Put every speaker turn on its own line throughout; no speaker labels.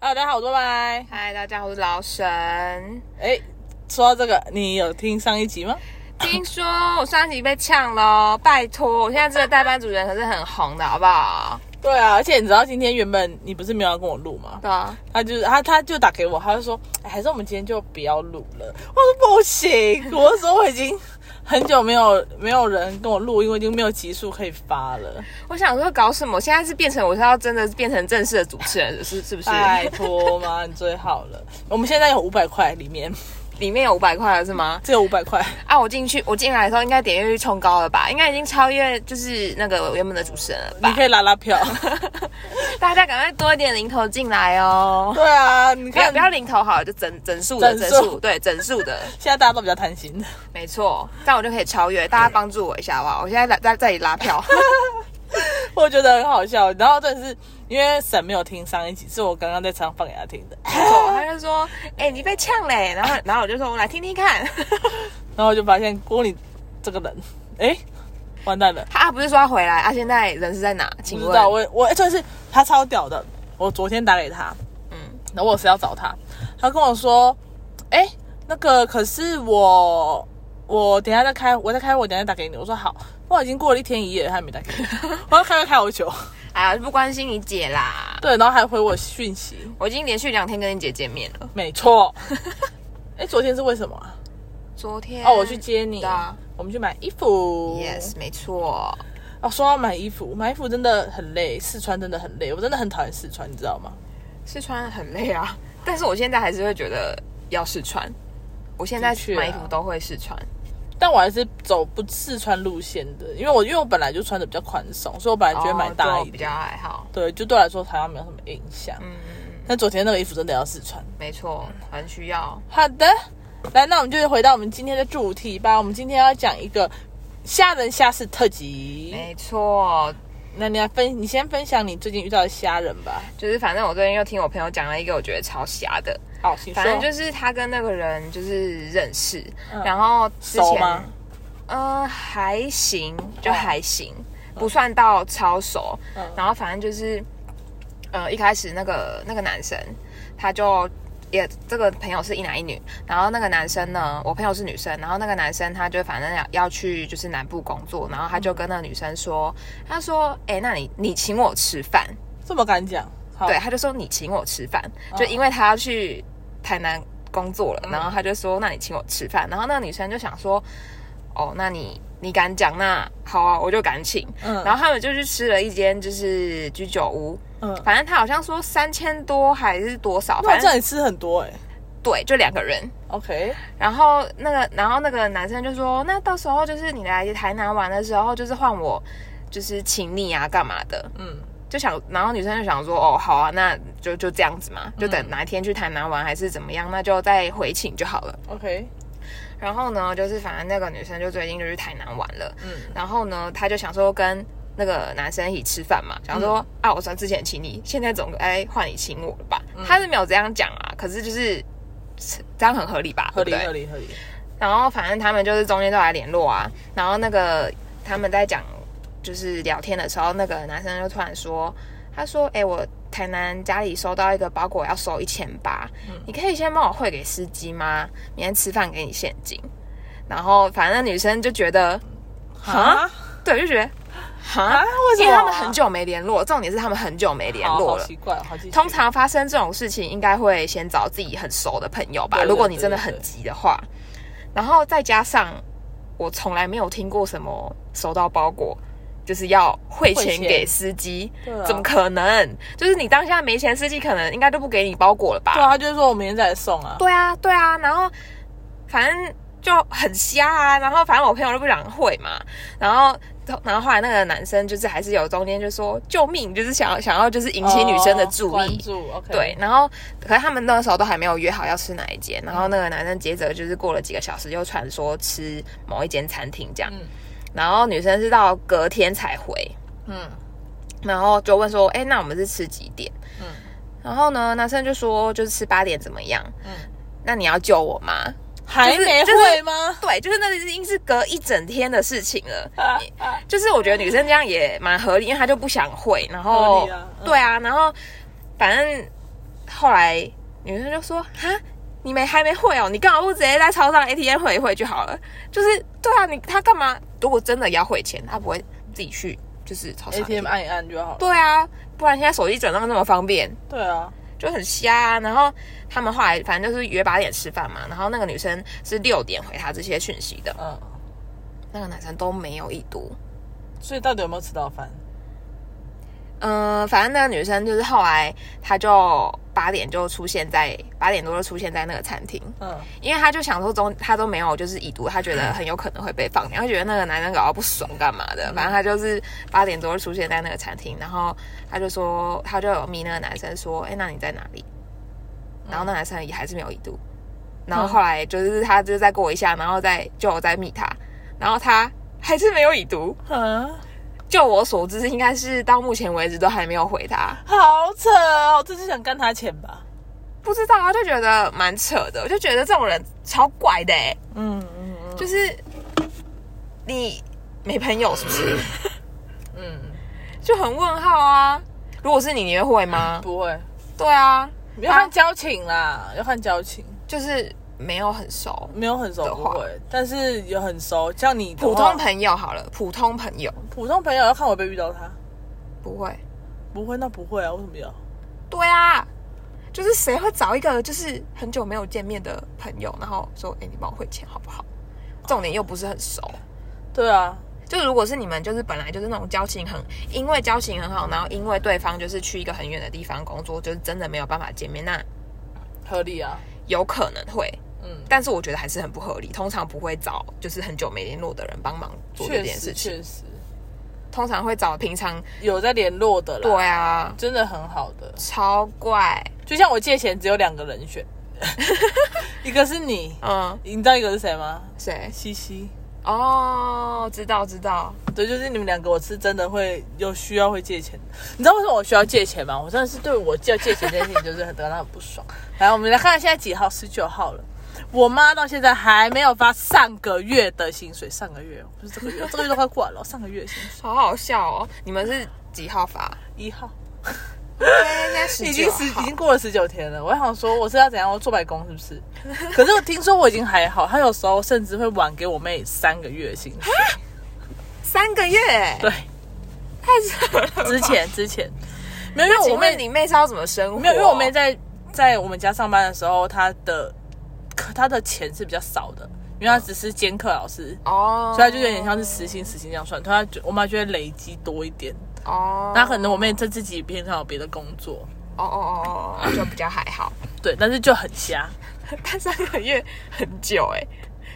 啊，大家好，我是拜拜。
嗨，大家好，我是老沈。
哎，说到这个，你有听上一集吗？
听说我上集被呛喽，拜托！我现在这个代班主持人可是很红的，好不好？
对啊，而且你知道今天原本你不是没有要跟我录吗？
对啊，
他就是他他就打给我，他就说，哎还是我们今天就不要录了。我说不行，我说我已经很久没有没有人跟我录，因为已经没有集数可以发了。
我想说搞什么？我现在是变成我是要真的变成正式的主持人，是是不是？
拜托嘛，你最好了。我们现在有五百块，里面
里面有五百块了是吗？
只有五百块。
啊，我进去我进来的时候应该点阅率冲高了吧？应该已经超越就是那个原本的主持人了
你
吧？
可以拉拉 票，
大家赶快多一点零头进来哦！
对啊，你
不要
看，
不要零头好了，就整整数的
整
整
数
数对整数的。
现在大家都比较贪心。
没错，这样我就可以超越，大家帮助我一下好不好？我现在在在这里 拉票，
我觉得很好笑。然后真的是因为沈没有听上一集，是我刚刚在车上放给他听的，
他就说：“哎、你被呛嘞。”然后然后我就说：“我来听听看。
然后我就发现郭你这个人，哎，完蛋了”，
他不是说要回来，啊，现在人是在哪？
不
请
知
问？
道我我就是他超屌的。我昨天打给他，嗯，然后我是要找他，他跟我说，哎，那个可是我我等一下再开，我在开，我等一下打给你。我说好，我已经过了一天一夜了，他还没打给我，我要开会开好久。
哎呀，不关心你姐啦，
对，然后还回我讯息，
我已经连续两天跟你姐见面了。
没错。哎，昨天是为什么啊？
昨天
哦，我去接你，
对啊
我们去买衣服。
，yes，没错，
哦，说到买衣服，买衣服真的很累，试穿真的很累，我真的很讨厌试穿，你知道吗？
试穿很累啊， 但是我现在还是会觉得要试穿。我现在
的确啊
买衣服都会试穿，
但我还是走不试穿路线的，因为我因为我本来就穿的比较宽松，所以我本来觉得买
哦
大
对我
一
比
点，
较还好。
对，就对我来说好像没有什么影响。
嗯，
但昨天那个衣服真的要试穿。
没错，很需要。
好的，来，那我们就回到我们今天的主题吧。我们今天要讲一个虾仁虾事特辑。
没错，
那你来分，你先分享你最近遇到的虾仁吧。
就是反正我最近又听我朋友讲了一个我觉得超瞎的，
好，请说。
反正就是他跟那个人就是认识，
嗯
然后之
熟
前
吗？
嗯、还行，就
哦
还行，不算到超熟。
嗯
然后反正就是，呃，一开始那个那个男生他就。也这个朋友是一男一女，然后那个男生呢，我朋友是女生，然后那个男生他就反正要要去就是南部工作，然后他
嗯
就跟那个女生说，他说，哎、那你你请我吃饭，
这么敢讲？好
对，，他就说你请我吃饭，
哦
就因为他要去台南工作
嗯
了，然后他就说那你请我吃饭，然后那个女生就想说，哦，那你你敢讲，那好啊，我就敢请。
嗯
然后他们就去吃了一间就是居酒屋，
嗯，
反正他好像说三千多还是多少，
那我
反
这
正
里吃很多哎、
对，就两个人。
OK，
然后那个，然后那个男生就说，那到时候就是你来台南玩的时候，就是换我，就是请你啊，干嘛的？
嗯，
就想，然后女生就想说，哦，好啊，那就就这样子嘛，就等哪一天去台南玩还是怎么样，那就再回请就好了。
OK，
然后呢，就是反正那个女生就最近就去台南玩了，
嗯，
然后呢，她就想说跟那个男生一起吃饭嘛，想说、啊，我算之前请你，现在总该换你请我了吧？她是没有这样讲啊，可是就是这样很合理吧？
啊合理
对不对
合理合理。
然后反正他们就是中间都来联络啊，然后那个他们在讲就是聊天的时候，那个男生就突然说，他说：“哎、我台南家里收到一个包裹要收一千八，
嗯
你可以先帮我汇给司机吗？明天吃饭给你现金。”然后反正那女生就觉得，
哈
对，就觉得，
啊
哈，，
为什
因
么哦
为
啊？
他们很久没联络，重点是他们很久没联
好
络
好
了。
奇怪，好奇。
通常发生这种事情，应该会先找自己很熟的朋友吧。
对对
如果你真的很急的话，然后再加上我从来没有听过什么收到包裹就是要汇
汇
钱
钱
给司机，
对啊
怎么可能？就是你当下没钱，司机可能应该都不给你包裹了吧？
对啊，他就是说我明天再来送啊。
对啊，对啊，然后反正就很瞎啊，然后反正我朋友都不想会嘛，然后。然后后来那个男生就是还是有中间就说救命，就是想要想要就是引
哦
起女生的注意，
关注 OK。
对，，然后可是他们那个时候都还没有约好要吃哪一间，然后那个男生接着就是过了几个小时，就传说吃某一间餐厅这样，
嗯
然后女生是到隔天才回，
嗯
然后就问说，哎，那我们是吃几点？
嗯
然后呢，男生就说就是吃八点怎么样？
嗯，
那你要救我吗？
还没会吗？
对，就是那已经是隔一整天的事情了。
啊
就是我觉得女生这样也蛮合理，因为她就不想会，然
合
后、
理啊嗯
对啊，然后反正后来女生就说：“哈，你没还没会哦，你干嘛不直接在超商 ATM 汇一汇就好了？就是对啊，你他干嘛？如果真的要汇钱，他不会自己去就是超商
，ATM 按一按就好了。
对啊，不然现在手机转账那么方便，
对啊，
就很瞎、啊。然后他们后来反正就是约八点吃饭嘛，然后那个女生是六点回他这些讯息的，
嗯，
那个男生都没有已读。
所以到底有没有吃到饭？
嗯、反正那个女生就是后来她就八点就出现在八点多就出现在那个餐厅，
嗯，
因为她就想说中她都没有就是已读，她觉得很有可能会被放鸟，她觉得那个男人搞到不爽干嘛的，反正她就是八点多就出现在那个餐厅，然后她就说她就有迷那个男生说，哎、那你在哪里？然后那男生也还是没有已读，然后后来就是她就再过一下，然后再就有再密他，然后他还是没有已读，
啊，
就我所知应该是到目前为止都还没有回他。
好扯哦！这是想干他钱吧？
不知道啊，就觉得蛮扯的，我就觉得这种人超怪的、欸，
嗯嗯嗯
就是你没朋友是不是？
嗯，
就很问号啊。如果是你，你会会吗？
不会，
对啊，
要看交情啦，要看交情，
就是没有很熟，
没有很熟
的
不
话
会，但是有很熟，像你的
普
话
通朋友好了，普通朋友
普通朋友要看我被遇到他，
不会。
不会那不会啊，为什么要？
对啊，就是谁会找一个就是很久没有见面的朋友，然后说，哎、你帮我汇钱好不好？重点又不是很熟。
对啊，
就如果是你们，就是本来就是那种交情很，因为交情很好，然后因为对方就是去一个很远的地方工作，就是真的没有办法见面，那
合理啊，
有可能会，
嗯，
但是我觉得还是很不合理。通常不会找就是很久没联络的人帮忙做这
确
件
实
事情，
确实
通常会找平常
有在联络的啦，
对，啊，
真的很好的。
超怪，
就像我借钱只有两个人 选，一个是你，
嗯，
你知道一个是谁吗？
谁？
西西。
哦，知道知道，
对，就是你们两个，我是真的会有需要会借钱的。你知道为什么我需要借钱吗？我真的是对我要借钱这件事情就是很得到很不爽。来，我们来看看现在几号，十九号了。我妈到现在还没有发上个月的薪水，上个月哦不是这个月，这个月都快过完了，上个月的薪水
好好笑哦。你们是几 号发？
一号，
应该十
已经
九
十
号
已经过了十九天了。我还想说我是要怎样，我做白工是不是？可是我听说我已经还好，她有时候甚至会晚给我妹三个月的薪水。
三个月，
对，
太 扯了吧。
之前之前没有，因为
请
我妹
问你妹是要怎么生活？
没有，因为我妹在在我们家上班的时候，她的可她的钱是比较少的，因为她只是兼课老师，
哦，
所以她就有点像是时薪时薪这样算，她就我妈就会累积多一点。
哦，
那可能我妹在自己平常有别的工作，
哦哦哦哦哦，就比较还好。
对，但是就很瞎。
但三个月很久哎、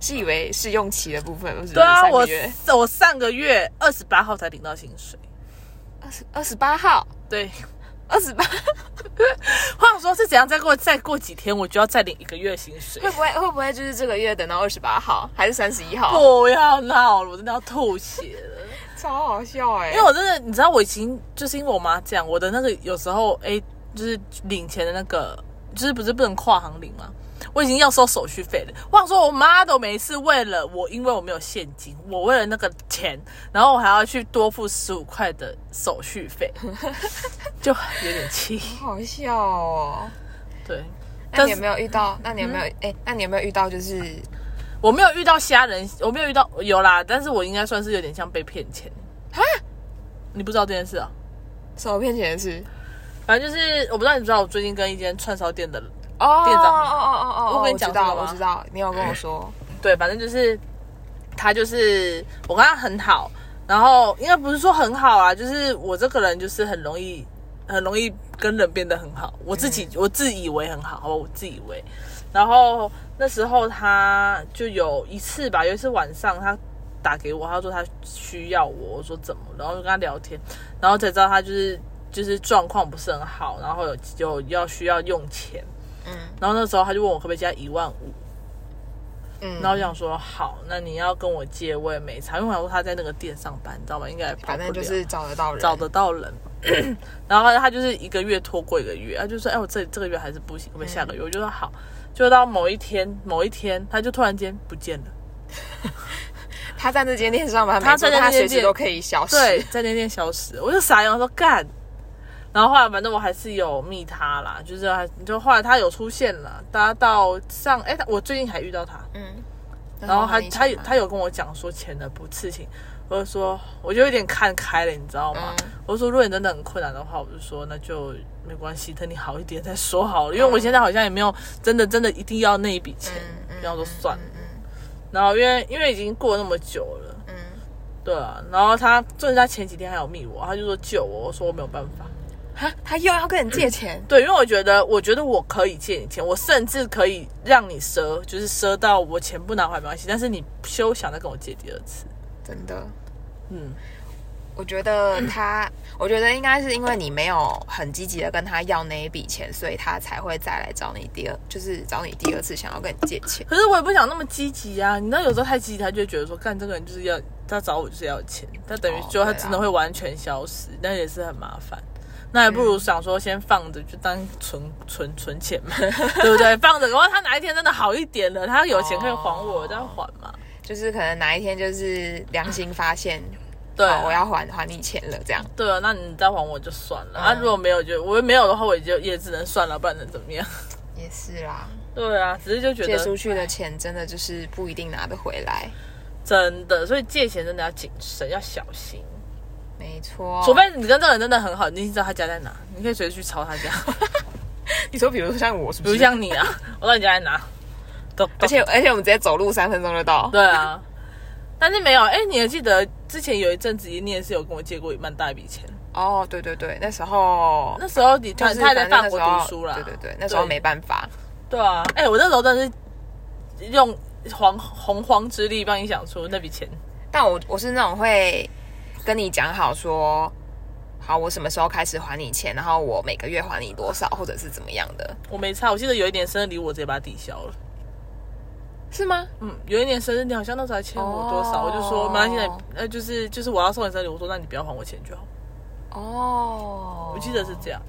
是以为试用期的部分，不是？
对啊，
三个
我
月
我上个月二十八号才领到薪水。
二十二十八号，
对，
二十八
话说是怎样？再过再过几天，我就要再领一个月薪 水
会。不会会不会就是这个月等到二十八号还是三十一号？
不要闹了，我真的要吐血了。
超好笑哎、
因为我真的，你知道，我已经就是因为我妈这样，我的那个有时候哎、就是领钱的那个，就是不是不能跨行领吗？我已经要收手续费了。我想说，我妈都每一次为了我，因为我没有现金，我为了那个钱，然后我还要去多付十五块的手续 费，就有点气。
好笑哦。
对，
那
但
你有
是嗯
没有遇到？那你有没有？哎、那你有没有遇到？就是
我没有遇到虾人，我没有遇到有啦，但是我应该算是有点像被骗钱
啊？
你不知道这件事啊？
什么骗钱的事？
反正就是我不知道你知道，我最近跟一间串烧店的
哦
店长
哦哦哦哦，
我跟你
知
讲
道，
这个
我
吗哎
知道，你有跟我说，
对，反正就是他就是我跟他很好，然后应该不是说很好啊，就是我这个人就是很容易很容易跟人变得很好，我自
嗯
己、我自以为很好，好吧我自以为。然后那时候他就有一次吧，有一次晚上他打给我，他说他需要我，我说怎么，然后就跟他聊天，然后才知道他就是就是状况不是很好，然后有有要需要用钱，
嗯
然后那时候他就问我可不可以加一万五，
嗯，
然后我想说，好，那你要跟我借，我也没差，因为我想说他在那个店上班，你知道吗？应该跑
反
不
正就
了
是找得到人，
找得到人。 然后他就是一个月拖过一个月，他就说，哎，我这这个月还是不行，可不可以下个月？我就说好。就到某一天，某一天他就突然间不见了。
他在那间店上班，
他
没错
在那
他
间
随时
店
都可以消失。
对，在那店消失，我就傻眼，我说干。然然后后来反正我还是有密他啦，就是还就后来他有出现了，大家到上哎，我最近还遇到他，
嗯，
然后他
你
他
想吗
他有跟我讲说钱的不事情，我就说我就有点看开了，你知道吗？
嗯
我就说如果你真的很困难的话，我就说那就没关系，等你好一点再说好了，因为
嗯
我现在好像也没有真的真的一定要那一笔钱，然后我说算了，
嗯
然后因为因为已经过了那么久了。
嗯嗯
对啊，然后他就是他前几天还有密我，他就说救我，我说我没有办法。
哈，他又要跟你借钱，
对，因为我觉得，我觉得我可以借你钱，我甚至可以让你赊，就是赊到我钱不拿还没关系，但是你休想再跟我借第二次。
真的。
嗯，
我觉得他， 我觉得应该是因为你没有很积极的跟他要那一笔钱，所以他才会再来找你第二，就是找你第二次想要跟你借钱。
可是我也不想那么积极啊，你知道有时候太积极，他就会觉得说，干这个人就是要他找我就是要钱，他等于
哦
就他
对啦
真的会完全消失，那也是很麻烦。那还不如想说先放着，就当存存存钱 嘛，对不对？放着，然后他哪一天真的好一点了，他有钱可以还我，
哦
再还嘛。
就是可能哪一天就是良心发现，
对啊
好我要还还你钱了这样。
对啊，那你再还我就算了。啊，如果没有就我没有的话，我也就也只能算了，不然能怎么样？
也是啦，
对啊，只是就觉
借出
得
去的钱真的就是不一定拿得回来，
真的，所以借钱真的要谨慎，要小心。
没错。
除非你跟这个人真的很好，你已经知道他家在哪，你可以随时去抄他 家。
你说，比如说像我，是
比如像你啊，我到你家在哪，都
而且而且我们直接走路三分钟就到。
对啊，但是没有哎、你还记得之前有一阵子你也是有跟我借过蛮大一笔钱，
哦，对对对，那时候
那时候你
就
他
是
他还在
反
法
正那
国
时
读
候
书啦，
对对对，那时候
对
没办法。
对啊，哎、我那时候真的是用洪洪荒之力帮你想出那笔钱。
但我我是那种会跟你讲好说，好我什么时候开始还你钱，然后我每个月还你多少，或者是怎么样的，
我没差，我记得有一年生日礼物我直接把它抵消了。
是吗？
嗯，有一年生日你好像那时候还欠我多少，
哦
我就说妈，现在呃就是就是我要送你生日礼物，我说那你不要还我钱就好。
哦，
我记得是这样，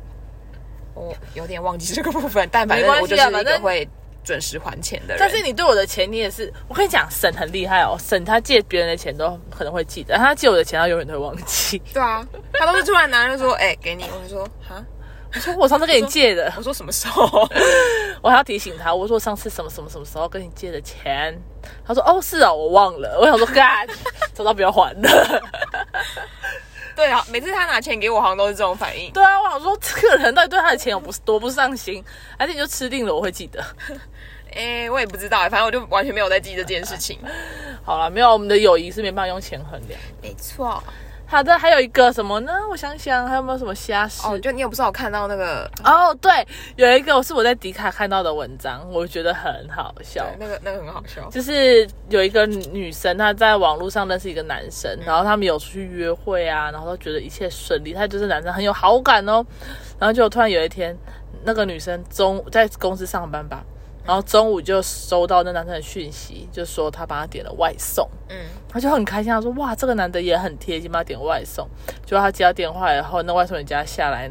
我有点忘记这个部分，但反
没
正
关系啊
我就是一
反
个
正
会准时还钱的人。
但是你对我的钱你也是，我跟你讲，沈很厉害哦，沈他借别人的钱都可能会记得，但他借我的钱他永远都会忘记。
对啊，他都是突然拿就说，哎、给你，我就说哈，
我说我上次跟你借的，
我说什么时候？
我还要提醒他，我说我上次什么什么什么时候跟你借的钱，他说哦是啊，我忘了。我想说干，早知道不要还了。
对啊，每次他拿钱给我，好像都是这种反应。
对啊，我想说这个人到底对他的钱有不多不上心，还是你就吃定了？我会记得。
哎、我也不知道、反正我就完全没有在记这件 事情。
好了，没有我们的友谊是没办法用钱衡量。
没错，
好的，还有一个什么呢？我想想，还有没有什么瞎事？
哦，就你有不是有看到那个
哦，对，有一个是我在迪卡看到的文章，我觉得很好笑。
对，那个那个很好笑。
就是有一个女生，她在网络上认识一个男生，然后他们有出去约会啊，然后都觉得一切顺利，她就是男生很有好感哦。然后就突然有一天，那个女生中在公司上班吧，然后中午就收到那男生的讯息，就说他帮他点了外送，
嗯，
她就很开心，她说哇，这个男的也很贴心，帮他点外送。结果她接到电话以后，那外送人家下来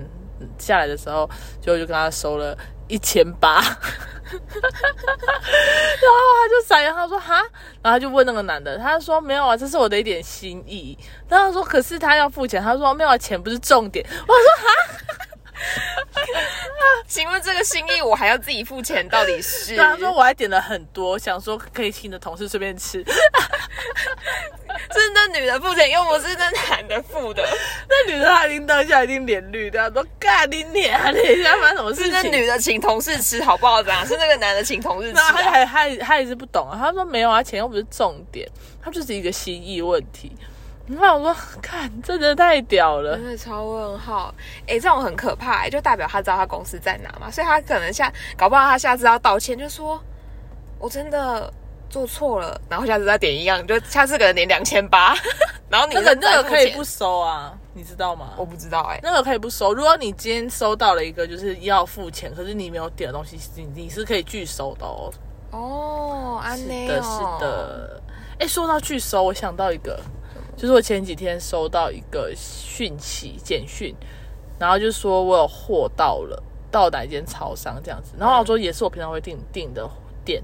下来的时候，结果就跟她收了一千八。然后他啊就傻眼，他说哈，然后他就问那个男的，他说没有啊，这是我的一点心意。然后他说可是他要付钱，他说没有、啊，钱不是重点。我说
请问这个心意我还要自己付钱，到底是？
对，他说我还点了很多，想说可以请你的同事随便吃。
是那女的付钱，又不是那男的付的，
那女的她一定当下一定脸绿的，她说干你脸啊，你在发生什么
是
事
那
情？
女的请同事吃好不好？这样是那个男的请同事吃、
然后他
啊。
还他他也是不懂啊，他说没有啊，钱又不是重点，他就是一个心意问题。然后我说，看，这真的太屌了
真。的超问号，哎、这种很可怕、欸，就代表他知道他公司在哪嘛，所以他可能下，搞不好他下次要道歉，就说我真的做错了，然后下次再点一样，就下次可能点两千八， 然后你
那个那
再
个
付
可以
钱
不，收啊，你知道吗？
我不知道哎、
那个可以不收。如果你今天收到了一个就是要付钱，可是你没有点的东西，你你是可以拒收的哦。
哦，安
是
内
的，是
哦，
的。哎，说到拒收，我想到一个，就是我前几天收到一个讯息简讯，然后就说我有货到了，到哪一间超商这样子。然后我说也是我平常会订订的店，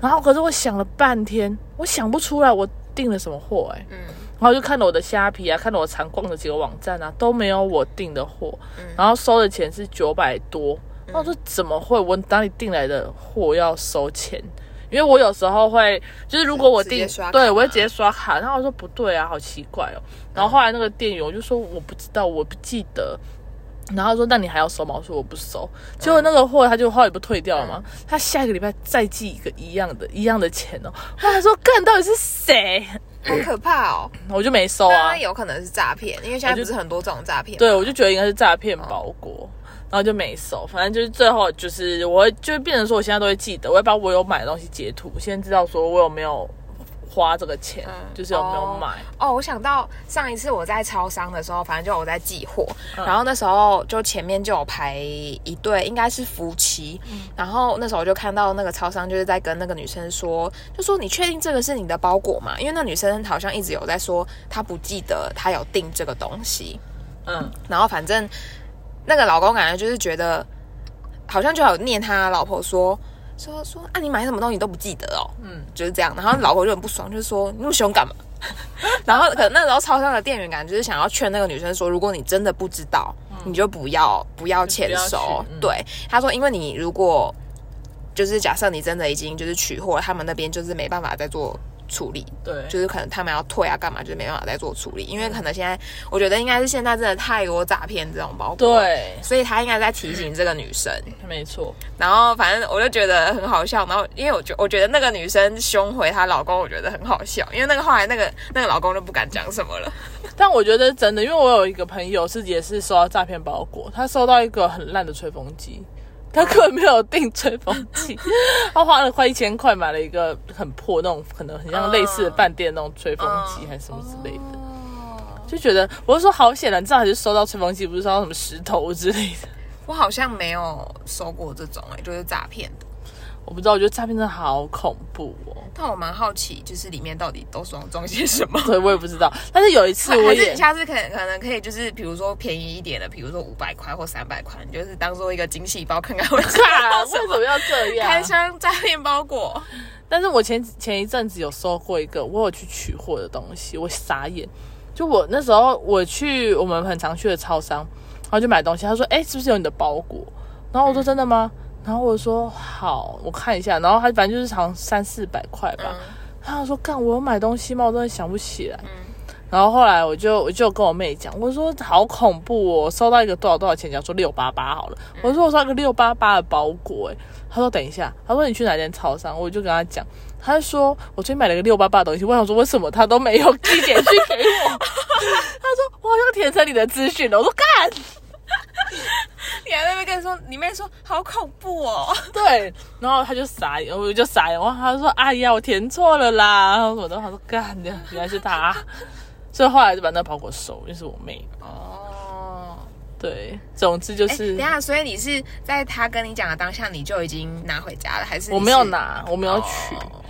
然后可是我想了半天，我想不出来我订了什么货、欸，哎，
嗯
然后就看了我的虾皮啊，看了我常逛的几个网站啊，都没有我订的货，
嗯
然后收的钱是九百多。那我说怎么会？我哪里订来的货要收钱？因为我有时候会，就是如果我
直接
订
刷，卡
对
吗
我会直接刷卡。然后我说不对啊，好奇怪哦。然后后来那个店员我就说我不知道，我不记得。然后他说那你还要收吗？我说我不收。结果那个货他就后来不退掉了吗？他下一个礼拜再寄一个一样的一样的钱哦。我还说干到底是谁？
好可怕 哦！
我就没收啊
那。有可能是诈骗，因为现在不是很多这种诈骗吗。
对，我就觉得应该是诈骗包裹，然后就没收。反正就是最后就是我会就变成说，我现在都会记得，我要把我有买的东西截图，先知道说我有没有花这个钱，就是有没有买。
哦，我想到上一次我在超商的时候，反正就我在寄货，然后那时候就前面就有排一对，应该是夫妻，然后那时候我就看到那个超商就是在跟那个女生说，就说你确定这个是你的包裹吗？因为那女生好像一直有在说她不记得她有订这个东西，
嗯，
然后反正那个老公感觉就是觉得，好像就有念他老婆说说说啊，你买什么东西你都不记得哦，嗯
嗯，
就是这样。然后老婆就很不爽，就是说你那么凶干嘛？ 然后可能那时候超商的店员感觉就是想要劝那个女生说，如果你真的不知道，你就不要不要
嗯就不
签
要
收。
去嗯
对，他说，因为你如果就是假设你真的已经就是取货，他们那边就是没办法再做处理，
对，
就是可能他们要退啊，干嘛，就是没办法再做处理，因为可能现在我觉得应该是现在真的太多诈骗这种包裹，，
对，
所以他应该在提醒这个女生。
没错，
然后反正我就觉得很好笑，然后因为我觉我觉得那个女生凶回她老公，我觉得很好笑，因为那个后来那个那个老公就不敢讲什么了，
但我觉得真的，因为我有一个朋友是也是收到诈骗包裹，他收到一个很烂的吹风机，他根本没有订吹风 机，他花了快一千块买了一个很破那种，可能很像类似的饭店那种吹风机还是什么之类的，就觉得我是说好险了，啊你至少还是收到吹风机，不是收到什么石头之类 的。
我好像没有收过这种、欸，就是诈骗的。
我不知道，我觉得诈骗真的好恐怖哦，
但我蛮好奇，就是里面到底都装装些什么。
所以我也不知道。但是有一 次我
还是
也
你下次可能可能可以就是比如说便宜一点的，比如说五百块或三百块，你就是当做一个惊喜包，看看 会收
看啊
到
为
什
什
么
么。要这 样？
开箱诈骗包裹，
但是我前前一阵子有收过一个我有去取货的东西，我傻眼。就我那时候我去我们很常去的超商，然后就买东西，他说：“哎、是不是有你的包裹？”然后我说：“真的吗？”然后我说：“好，我看一下。”然后他反正就是好像三四百块吧。他就说：“干，我有买东西吗？我真的想不起来。然后后来我就我就跟我妹讲，我说好恐怖哦，收到一个多少多少钱，讲说六八八好了，我说我收到一个六八八的包裹、欸，她说等一下，她说你去哪间超商，我就跟她讲，她就说我最近买了一个六八八的东西，我想说为什么她都没有寄简讯给我，她说我好像填成你的资讯了，我说干，
你还在那边跟你说，里面说好恐怖哦，
对，然后她就傻眼，我就傻眼，然后她说哎呀我填错了啦，然后我都想说干的原来是她，所以后来就把那包裹收，就是我妹，
哦，
对，总之就
哎，
是。
等一下，所以你是在他跟你讲的当下，你就已经拿回家了，还是你
我
是
没有？拿，我没有取，
哦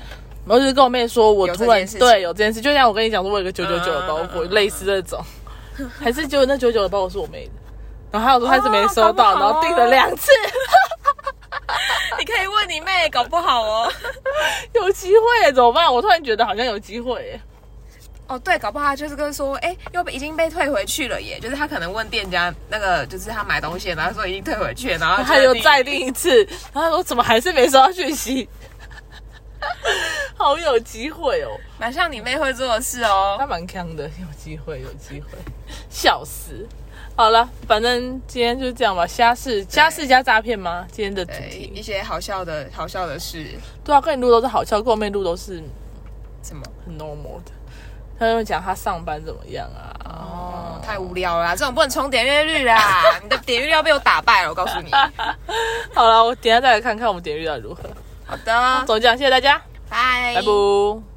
然后就是跟我妹说，我
有
突
这
然
件事情
对有这件事，就像我跟你讲说，我有个九九九的包
嗯嗯
裹，
嗯嗯
类似这种，还是结果那九九的包裹是我妹的，然后她有说她是没收
哦搞
到，
不好
然后订了两次，
你可以问你妹，搞不好哦。
有机会耶怎么办？我突然觉得好像有机会耶，
哦，对，搞不好他就是跟说，哎，又已经被退回去了耶，就是他可能问店家那个，就是他买东西，然后说已经退回去了，然后
她
就
又
订
再订一次，然后她说怎么还是没收到讯息， 好有机会哦，
蛮像你妹会做的事哦。
她蛮强的，有机会，有机会，笑死。好了，反正今天就这样吧。虾事，虾事加诈骗吗？今天的主
对，
题
呃一些好笑的好笑的事，
对啊，跟你录都是好笑，跟我妹录都是
什么？
很 normal 的。她就会讲她上班怎么样啊，
哦，太无聊了啦，这种不能冲点阅率啦，你的点阅率要被我打败了，我 告诉你。好
好了，我等一下再来看看我们点阅率要如何。
的，
总之这样，谢谢大家，
拜
拜拜。